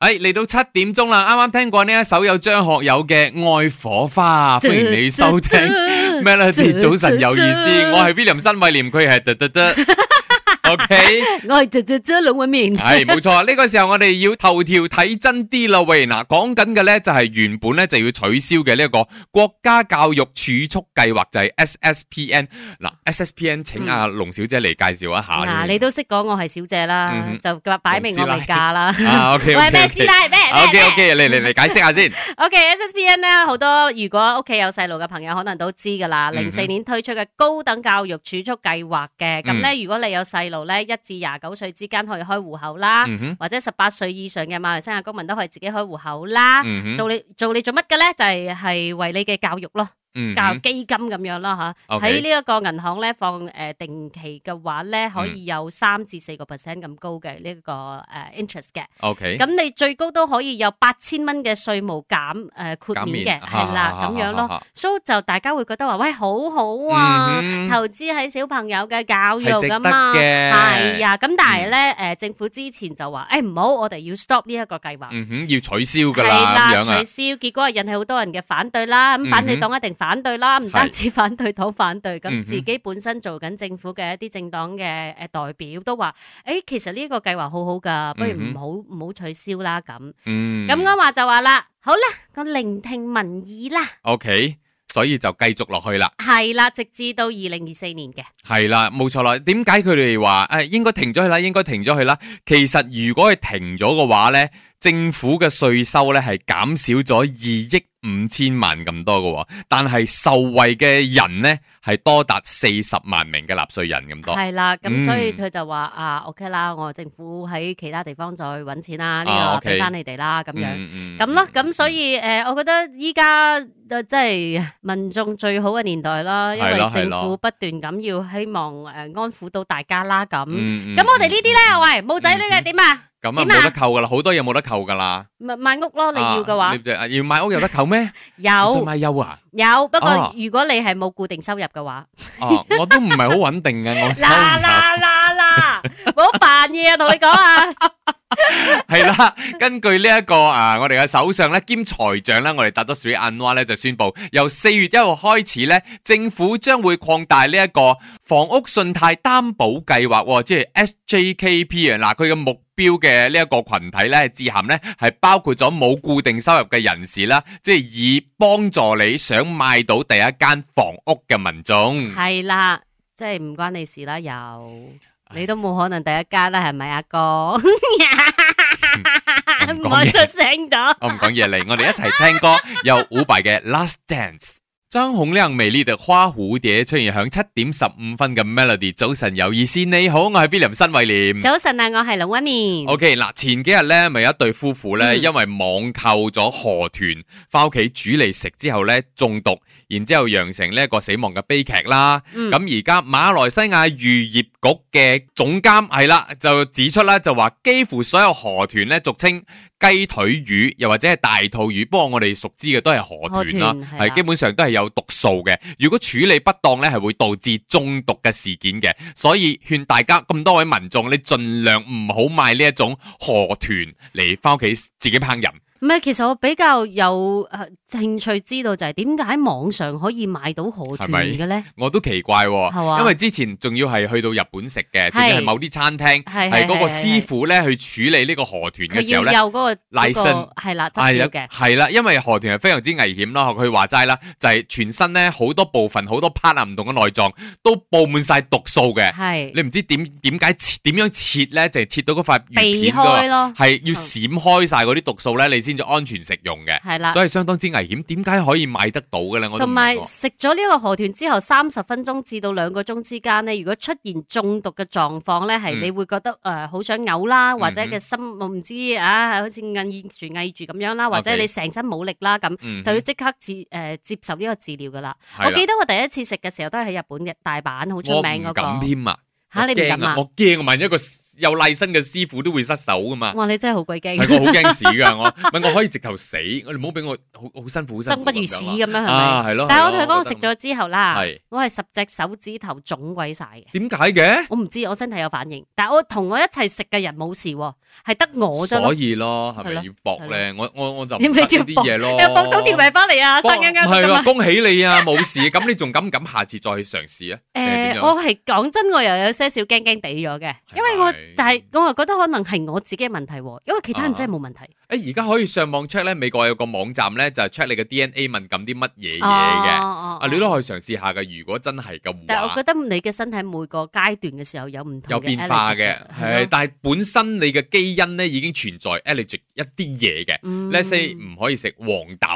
诶，嚟到七點鐘啦，啱啱聽過呢一首有張學友嘅《愛火花》，歡迎你收 聽 Melody 早晨有意思，我係 William 新偉廉， 佢係得得得，OK。我系姐姐姐龙文明，系冇错，呢、個个时候我哋要头条睇真啲啦，喂嗱，讲紧嘅呢就系原本呢就要取消嘅呢一个国家教育储蓄计划，就系 SSPN。嗱，SSPN 请阿龙小姐嚟介绍一下。嗱你都識講我係小姐啦嗯，就擺明我同未師奶嫁啦。啊，OK 我係 OK 咩師 OK 奶咩咩 OK 咩 OK，嚟嚟嚟解释下先。 ？OK SSPN 咧，好多如果屋企有細路嘅朋友可能都知噶啦。嗯零四年推出嘅高等教育儲蓄計劃嘅，咁咧如果你有細路咧，一至廿九歲之間可以開户口啦，嗯哼，或者十八歲以上嘅馬來西亞公民都可以自己開户口啦。嗯哼做你做你做乜嘅咧？就係係為你嘅教育咯。嗯教育哼，基金咁樣啦吓， OK 喺呢一個銀行咧放诶定期嘅話咧，嗯可以有三至四個 percent 咁高嘅呢個诶 interest 嘅， ，OK，咁你最高都可以有八千蚊嘅税務減诶豁減免嘅，啊係啦啊咁樣啊咯啊啊，so 就大家會覺得話喂好好啊，嗯哼投資喺小朋友嘅教育係值得咁嘛，嘅嗯係啊，咁但係咧诶政府之前就話誒哎唔好，我哋要 stop 呢一個計劃。嗯哼，要取消系噶啦，咁啦，样啊取，消，結果係引起好多人嘅反對啦。咁反對黨一定反對啦，唔單止反對黨反對，嗯哼咁自己本身做緊政府嘅一啲政黨嘅诶代表都話：，诶、其實呢個計劃好好㗎，不如嗯哼唔好唔好取消啦。咁嗯，咁安華就話啦：，好啦，我聆聽民意啦， ，OK，所以就繼續落去啦。係啦，直至到二零二四年嘅。系啦，冇錯啦。點解佢哋話诶應該停咗佢啦，應該停咗佢啦？其實如果佢停咗嘅話咧，政府嘅税收咧係減少咗二億五千萬咁多嘅喎，但係受惠嘅人咧係多達四十萬名嘅納税人咁多。係啦，嗯咁所以佢就話啊，OK 啦，我政府喺其他地方再揾錢啦，啊呢個，OK 俾翻你哋啦，咁樣。嗯咁咯，咁所以诶、呃我覺得依家呃即係民眾最好嘅年代啦，因係為咯係政咯府不斷咁要希望诶、呃安撫到大家啦，咁咁、嗯嗯我哋呢啲咧，喂冇仔女嘅點啊？咁啊點啊冇得扣噶啦，好多嘢冇得扣噶啦。買買屋咯，你要嘅話啊你就啊要買屋有得扣 咩？再有買優啊？有，不過哦如果你係冇固定收入嘅話，哦，我都唔係好穩定嘅，我收啦唔到。啦啦啦，唔好扮嘢啊！同你講 啊，系啦，根據呢、一個啊，我哋嘅首相咧兼財長咧，我哋達多水安娃咧就宣布，由四月一號開始咧，政府將會擴大呢一個房屋信貸擔保計劃喎，即係 SJKP 啊，嗱佢嘅目標嘅呢一個群體咧，致函咧係包括咗冇固定收入嘅人士啦，即係以幫助你想買到第一間房屋嘅民眾。係啦，即係唔關你事啦，有你都冇可能第一間啦，係咪啊哥？我唔唔講好嘢出聲咗。哦我唔讲嘢嚟，我哋一齊聽 歌，有伍佰嘅《Last Dance》。張孔亮美麗的花蝴蝶出現響七點十五分嘅 Melody，早晨有意思，你好，我係 William 新偉廉。早晨啊，我系龙威面。 OK，嗱，前幾日咧，咪有一對夫婦咧，嗯因為網購咗河豚，翻屋企煮嚟食之後咧中毒，然之後釀成呢一個死亡嘅悲劇啦。嗯咁而家馬來西亞漁業局嘅總監係啦，就指出啦，就話幾乎所有河豚咧，俗稱雞腿魚，又或者係大肚魚，不過我哋熟知嘅都係河豚啦河豚，係啊係基本上都係有毒素嘅。如果處理不當咧，係會導致中毒嘅事件嘅。所以勸大家咁多位民眾，你盡量唔好買呢一種河豚嚟翻屋企自己烹飪。唔系，其實我比較有诶兴趣知道就係點解網上可以買到河豚嘅咧？我都奇怪喎、係嘛因為之前仲要係去到日本食嘅，仲要係某啲餐廳，係係嗰個係係師傅咧去處理呢個河豚佢嘅時要候咧。有嗰個嗰 license，個係啦執照嘅，系啦，因為河豚係非常之危險啦。學佢話齋啦，就係全身咧好多部分、好多 part 啊唔同嘅內臟都佈滿晒毒素嘅。係你唔知點點解切點樣切咧，就係切到嗰塊魚避片開嗰咯個，，係要閃開晒嗰啲毒素咧，你先至安全食用嘅。係啦。所以相當之危險，點解可以買得到嘅咧？我都同唔埋明喎食咗呢個河豚之後，三十分鐘至到兩個鐘之間呢，如果出現中毒嘅狀況咧，係嗯你會覺得诶好、想嘔啦，或者嗯哼嘅心我唔知啊，好似翳住翳住咁樣啦，或者 OK 你成身冇力啦咁，嗯就要即刻治诶、呃接受呢個治療噶啦。係我啦記得我第一次食嘅時候都係喺日本嘅大阪，好出我名嗰、唔個，敢添啊！吓你唔敢驚啊啊！我驚啊！萬一個有麗身嘅師傅都會失手噶嘛，哇，你真係好鬼驚啊係，我好驚屎噶，我唔係我可以直頭死，我哋唔好俾我好好辛苦，好辛苦生不如死咁樣咁樣係啊咪？啊，係咯。但係係我同佢咯講，我食咗之後啦係，我係十隻手指頭腫鬼晒嘅。點解嘅？我唔知，我身體有反應，但係我同我一齊食嘅人冇事喎，係得我啫咯所。以咯，係係咪咯要搏咧？我我我就唔你咪得呢照啲搏嘢咯。你又搏到條命翻嚟啊！生幫啱啱係咁喎啊！恭喜你啊，冇事。咁你仲敢唔敢下次再去嘗試啊？定係诶、點樣我係講真，我又有些少驚驚地咗嘅，因為我係但係我又覺得可能係我自己嘅問題喎，因為其他人真係冇問題。誒而家可以上網 check 咧，美國有個網站咧就係 check 你嘅 DNA 敏感啲乜嘢嘢 Ờ. 嘅，哦啊你都可以嘗試下嘅。如果真係嘅但係我話覺，得你嘅身體每個階段嘅時候有唔同有变變化嘅，係係但係本身你嘅基因咧已經存在 allergic 一啲嘢嘅。咧 let's say 唔可以食黃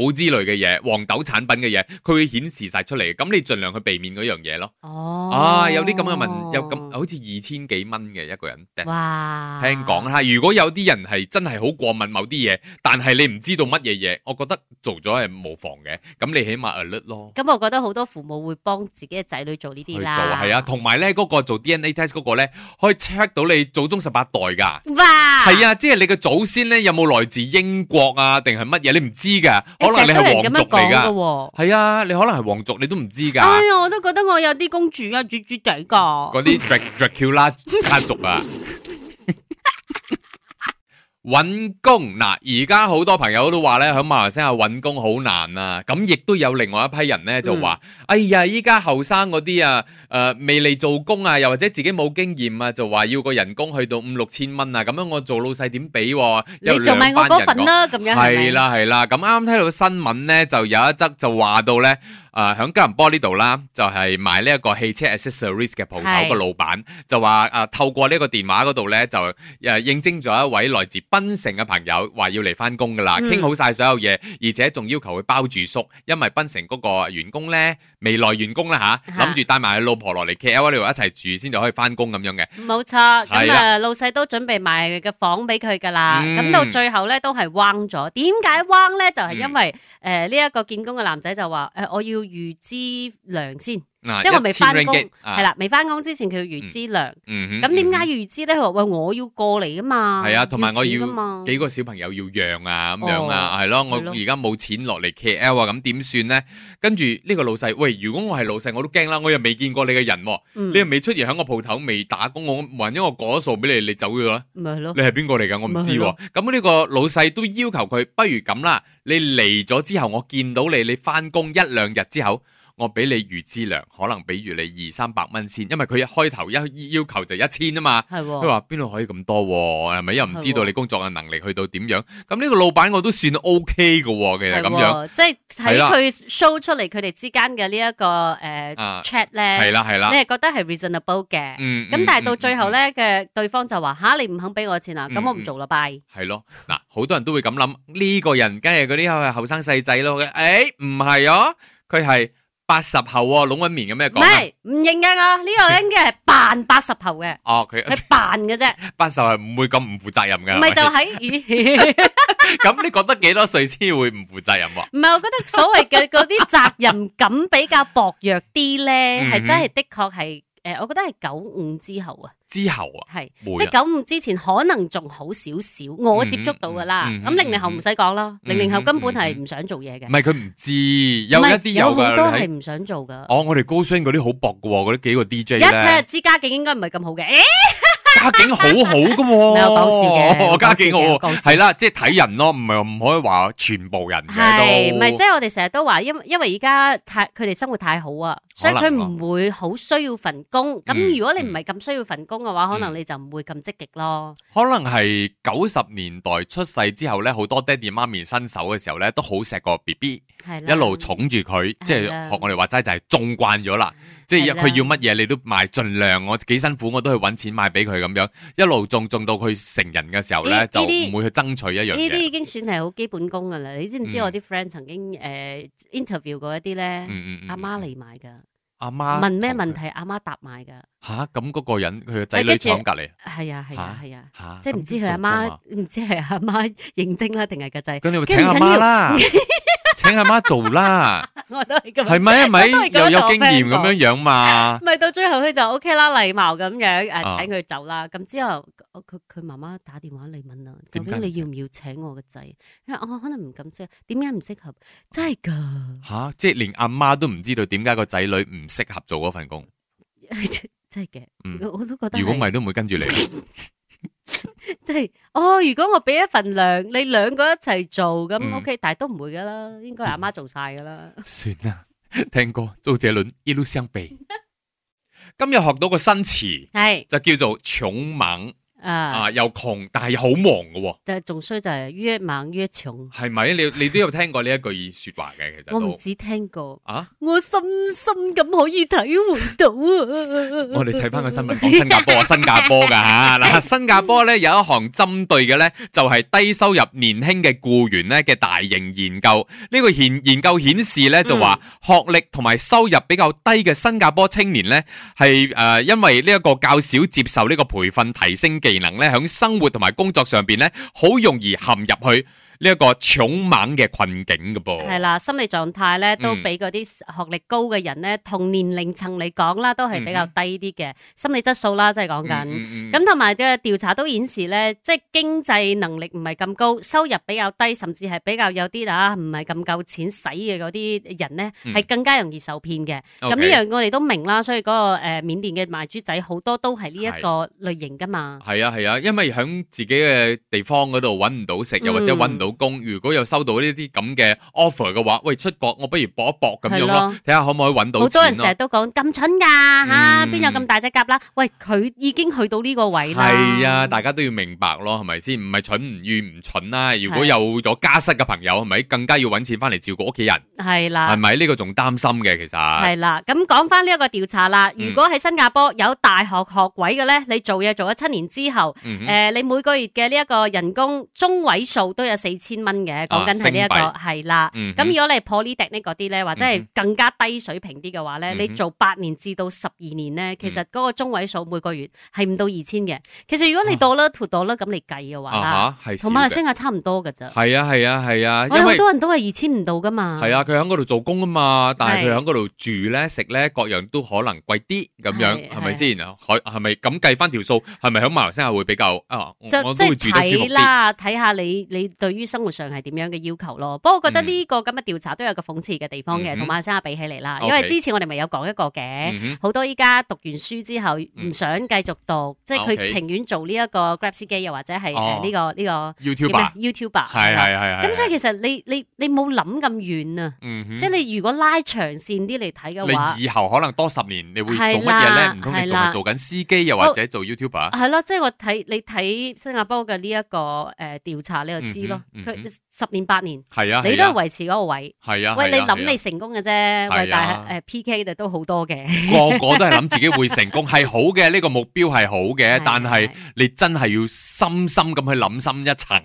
豆之類嘅嘢，黃豆產品嘅嘢，佢會顯示晒出嚟。咁你盡量去避免嗰樣嘢咯。哦，啊，有啲咁嘅問，有咁好似二千幾蚊嘅一個人。哇，聽講啦，如果有啲人係真係好過敏某啲嘢，但係你唔知道乜嘢嘢，我覺得做咗係無妨嘅。咁你起碼 alert 咯。咁我覺得好多父母會幫自己嘅仔女做呢去啲做啦，係啊，同埋咧嗰個做 DNA test 嗰個咧，可以 check 到你祖宗十八代㗎。哇，係啊，即係你嘅祖先咧有冇來自英國啊，定係乜嘢？你唔知㗎，誒，可能你成日都係有人皇咁族樣講嚟㗎㗎。喎。係啊，你可能係皇族，你都唔知㗎。哎呀，我都覺得我有啲公主啊、豬豬仔噶。嗰 啲 Drac- Dracula 家族啊。 揾工嗱，而家好多朋友都話咧，喺馬來西亞揾工好難啊！咁亦都有另外一批人咧就話：嗯哎呀，依家後生嗰啲啊，誒、未嚟做工啊，又或者自己冇經驗啊，就話要個人工去到五六千蚊啊，咁樣我做老細點俾喎？有你做埋兩我班嗰人份講啦，咁樣係咪係，啦係啦，咁啱啱聽到新聞咧，就有一則就話到咧，诶喺吉隆坡呢度啦，就係賣呢一個汽車 accessories 嘅鋪頭係個老闆就話诶透過呢個電話嗰度咧就诶应征咗一位來自槟城嘅朋友，話要嚟翻工噶啦，嗯傾好晒所有嘢，而且仲要求佢包住宿，因為槟城嗰個員工咧未來員工啦吓，嚇諗住帶埋佢老婆落嚟 KL 呢度一齊住先就可以翻工咁樣嘅。冇錯。係咁啦啊，老細都準備埋嘅房俾佢㗎啦。嗯咁到最後咧都係彎咗。點解彎咧？就係嗯因為誒呢一個見工嘅男仔就話誒，我要預支糧先，即嗱，係我未翻1000工啊 ringgit，啊係，啦，未翻工之前佢要預支糧。嗯咁哼點解要預支咧？佢話喂，我要過嚟㗎嘛，係啊同埋我錢要㗎嘛。幾個小朋友要養啊，咁樣啊，哦係咯，我係咯而家冇錢落嚟 KL 啊，咁點算呢？跟住呢個老細，喂，如果我係老細，我都驚啦，我又未見過你嘅人喎，嗯你又未出現喺我鋪頭，未打工，我萬一我過咗數俾你，你走咗啦，咪係咯你。係邊個嚟㗎？我唔知喎哦咪係咯。咁呢個老細都要求佢，不如咁啦，你嚟咗之後，我見到你，你翻工一兩日之後。我俾你預支糧，可能俾預你二三百蚊先，因為佢一開頭一要求就一千啊嘛，係佢喎，話邊度可以咁多喎？係咪又唔知係道喎你工作嘅能力去到點樣？咁呢個老闆我都算 O K 嘅喎，其實係咁樣喎，即係係睇啦佢 show 出嚟佢哋之間嘅呢一個誒啊， chat 咧，係啦係啦你，係覺得係 reasonable 嘅。嗯，咁嗯但係到嗯最嗯後嗯咧嘅對方就話吓你唔肯俾我錢啊，嗯咁我唔做啦，拜。係咯，嗱，好多人都會咁諗，呢、個人梗係嗰啲後生細仔咯。誒唔係啊，佢係八十後喎，攏揾面咁咩唔講啊？係唔認嘅我呢個人嘅係扮八十後 嘅，哦，佢係扮嘅啫，八十係唔會咁唔負責任㗎。係唔咪係就喺咦 咁，你覺得幾多歲先會唔負責任喎？唔係我覺得所 謂嘅嗰啲責任感比較薄弱啲咧，嗯係真係的確係誒，我覺得係九五之後啊，之後啊，係。會即啊係九五之前可能仲好少少，我接觸到噶啦。嗯嗯咁零零後唔使講啦，嗯零零後根本係唔想做嘢嘅唔，係佢唔知，有唔一係啲有好㗎多你睇係唔想做噶。哦，我哋高薪嗰啲好薄嘅喎，嗰啲幾個 DJ 一咧，睇就知家境應該唔係咁好嘅。誒家境好好嘅 喎，我有講笑嘅我我家講笑境嘅好我好，講笑係啦，即係睇人咯，唔係唔可以話全部人嘅係都咪即係我哋成日都話，因因為而家太佢哋生活太好啊，所以可佢能唔會好需要份工。嗯咁如果你唔係咁需要份工嘅話，可能你就唔會咁積極咯。可能係九十年代出世之後咧，好多爹哋媽咪新手嘅時候咧，都好錫個 B B，係啦，一路寵住佢，即係嗯係啦學我哋話齋就係縱慣咗啦。即係係啦佢要乜嘢你都買，盡量我幾辛苦我都去揾錢買俾佢咁樣，一路種種到佢成人嘅時候咧呢，就呢啲唔會去爭取一樣呢啲嘢。已經算係好基本功噶啦。你知唔知嗯我啲 friend 曾經誒 interview 過一啲咧，嗯嗯嗯，阿媽嗯，嚟買㗎。阿媽問咩問題？題，阿媽答埋㗎。吓咁嗰個人佢個仔喂女跟住坐喺隔離。係啊係啊嚇係啊，吓，即係唔咁知都佢阿做㗎嘛媽，唔知係阿媽認證啦定係個仔。 咁你咪跟請阿唔緊媽要啦，請阿媽做 啦，我都係咁樣係咪啊？咪我都係咁樣又有同我經驗 friend 咁樣樣 嘛？咪到最後佢就 O K 啦，禮貌咁樣啊誒請佢走啦。咁之後佢佢媽媽打電話嚟問啦，究點解竟唔你要唔要請我個仔？因為我可能唔敢啫，點解唔適合？真係㗎， 吓，即係連阿媽都唔知道點解個仔女唔適合做嗰份工。真係嘅，嗯我我都覺得係。 如果唔係都唔會跟住你。即係哦，如果我俾一份糧，你兩個一齊做咁嗯 O K，但係都唔會㗎啦，應該係阿媽做晒㗎啦。算啦，聽歌周杰倫一路相悲。今日學到個新詞 係就叫做窮猛啊，啊，又窮但係又好忙嘅喎，但係仲衰就係越猛越窮。係咪？你你都有聽過呢一句说話嘅，其實我唔都止聽過，啊。我深深咁可以體會到 啊！我哋睇翻個新聞講新加坡啊，新加坡㗎吓嗱，新加坡咧有一項針對嘅咧就係低收入年輕嘅僱員咧嘅大型研究。呢個研研究顯示咧就話學歷同埋收入比較低嘅新加坡青年咧係誒因為呢一個較少接受呢個培訓提升技能咧，喺生活同埋工作上邊咧好容易陷入去呢一個搶猛嘅困境嘅噃。系啦，心理狀態咧都嗯比嗰啲學歷高嘅人咧，同年齡層嚟講啦，都係比較低啲嘅、心理質素啦，即係講緊。嗯，嗯嗯咁同埋嘅調查都顯示咧，即係經濟能力唔係咁高，收入比較低，甚至係比較有啲啊唔係咁夠錢使嘅嗰啲人咧，嗯係、更加容易受騙嘅。咁 OK 呢樣我哋都明啦，所以嗰、個誒緬甸嘅賣豬仔好多都係呢一個類型噶嘛。系啊系啊，因為喺自己嘅地方嗰度揾唔到食，又或者揾唔到工，如果又收到呢啲咁嘅 offer 嘅話，喂出國我不如搏一搏咁樣係咯咯，睇下可唔可以揾好到多錢人成日咯。都講咁蠢㗎嚇，嗯邊有咁大隻鴿啦？喂，佢已經去到呢個位啦。係啊，大家都要明白咯，係咪先？唔係蠢唔遇唔蠢啦。如果係有咗家室嘅朋友，係咪更加要揾錢翻嚟照顧屋企人？係係啦，咪呢個仲擔心嘅？其實係啦。咁講翻呢一個調查啦，嗯如果喺新加坡有大學學位嘅咧，你做嘢做咗七年之後，嗯哼诶，你每個月嘅呢一個人工中位數都有四千蚊嘅，講緊係呢一個啊星幣係啦。嗯咁哼如果你 polytechnic 嗰啲咧，或者嗯係更加低水平啲嘅話咧，嗯哼嗯你做八年至到十二年咧，其實嗰個中位數每個月係唔到二千嘅。其實如果你到啦，脱到啦，咁你計嘅話啦，啊啊吓係少同馬來西嘅，亞差唔多㗎咋。係啊係啊係啊，我有因好為。多人都係二千唔到㗎嘛。系啊，佢喺嗰度做工啊嘛，但系佢係喺嗰度住咧、食咧，各樣都可能貴啲咁樣，係係咪先？啊可係咪咁計翻條數？係咪喺馬來西亞會比較啊？我就我即都會係住得舒服睇啲。啦，睇下你你對於生活上係點樣嘅要求咯。不過我覺得呢個咁嘅調查都有個諷刺嘅地方嗯嘅，哼同馬來西亞比起嚟啦， OK 因為之前我哋咪有講一個嘅。嗯哼好多依家讀完書之後嗯啊唔想繼續讀，即係 OK 佢情願做呢一個 Grab 司機，又或者係哦誒呢個呢個，YouTube 啊，咩 YouTuber 係啦係係係。咁所以其實你你你冇諗咁遠啊，嗯哼即係你如果拉長線啲嚟睇嘅話，你以後可能多十年，你會做乜係嘢咧？啦唔通你仲係係啦做緊司機，又或者做 YouTuber？啊係咯，即係我睇你睇新加坡嘅呢一個誒調查，你就知咯嗯。哼佢嗯十年八年。係啊，你係都係啊，維持嗰個位。係啊。喂，你係啊諗你成功嘅啫，啊喂，但係誒 P K 嘅都好 多嘅。個個都係諗自己會成功，係好嘅，呢個目標係好嘅 係，但係係你真係要深深咁去諗深一層。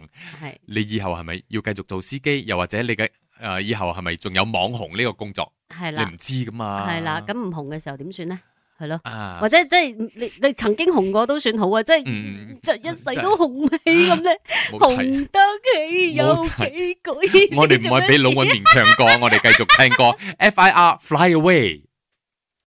係你以後係咪要繼續做司機，又或者你嘅诶、呃以後係咪仲有網紅呢個工作？係你啦唔，知噶嘛？係啦，咁唔紅嘅時候點算咧？係咯。啊或，者即係你你曾經紅過都算好啊，即嗯係就一世都紅起 咁咧，冇提。紅得起有幾個意思 我哋唔可以俾老韻面唱歌，我哋繼續聽歌。F I R Fly Away。